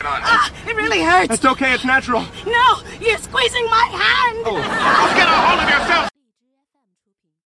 Ah, it really hurts. It's okay, it's natural. No, you're squeezing my hand. Oh.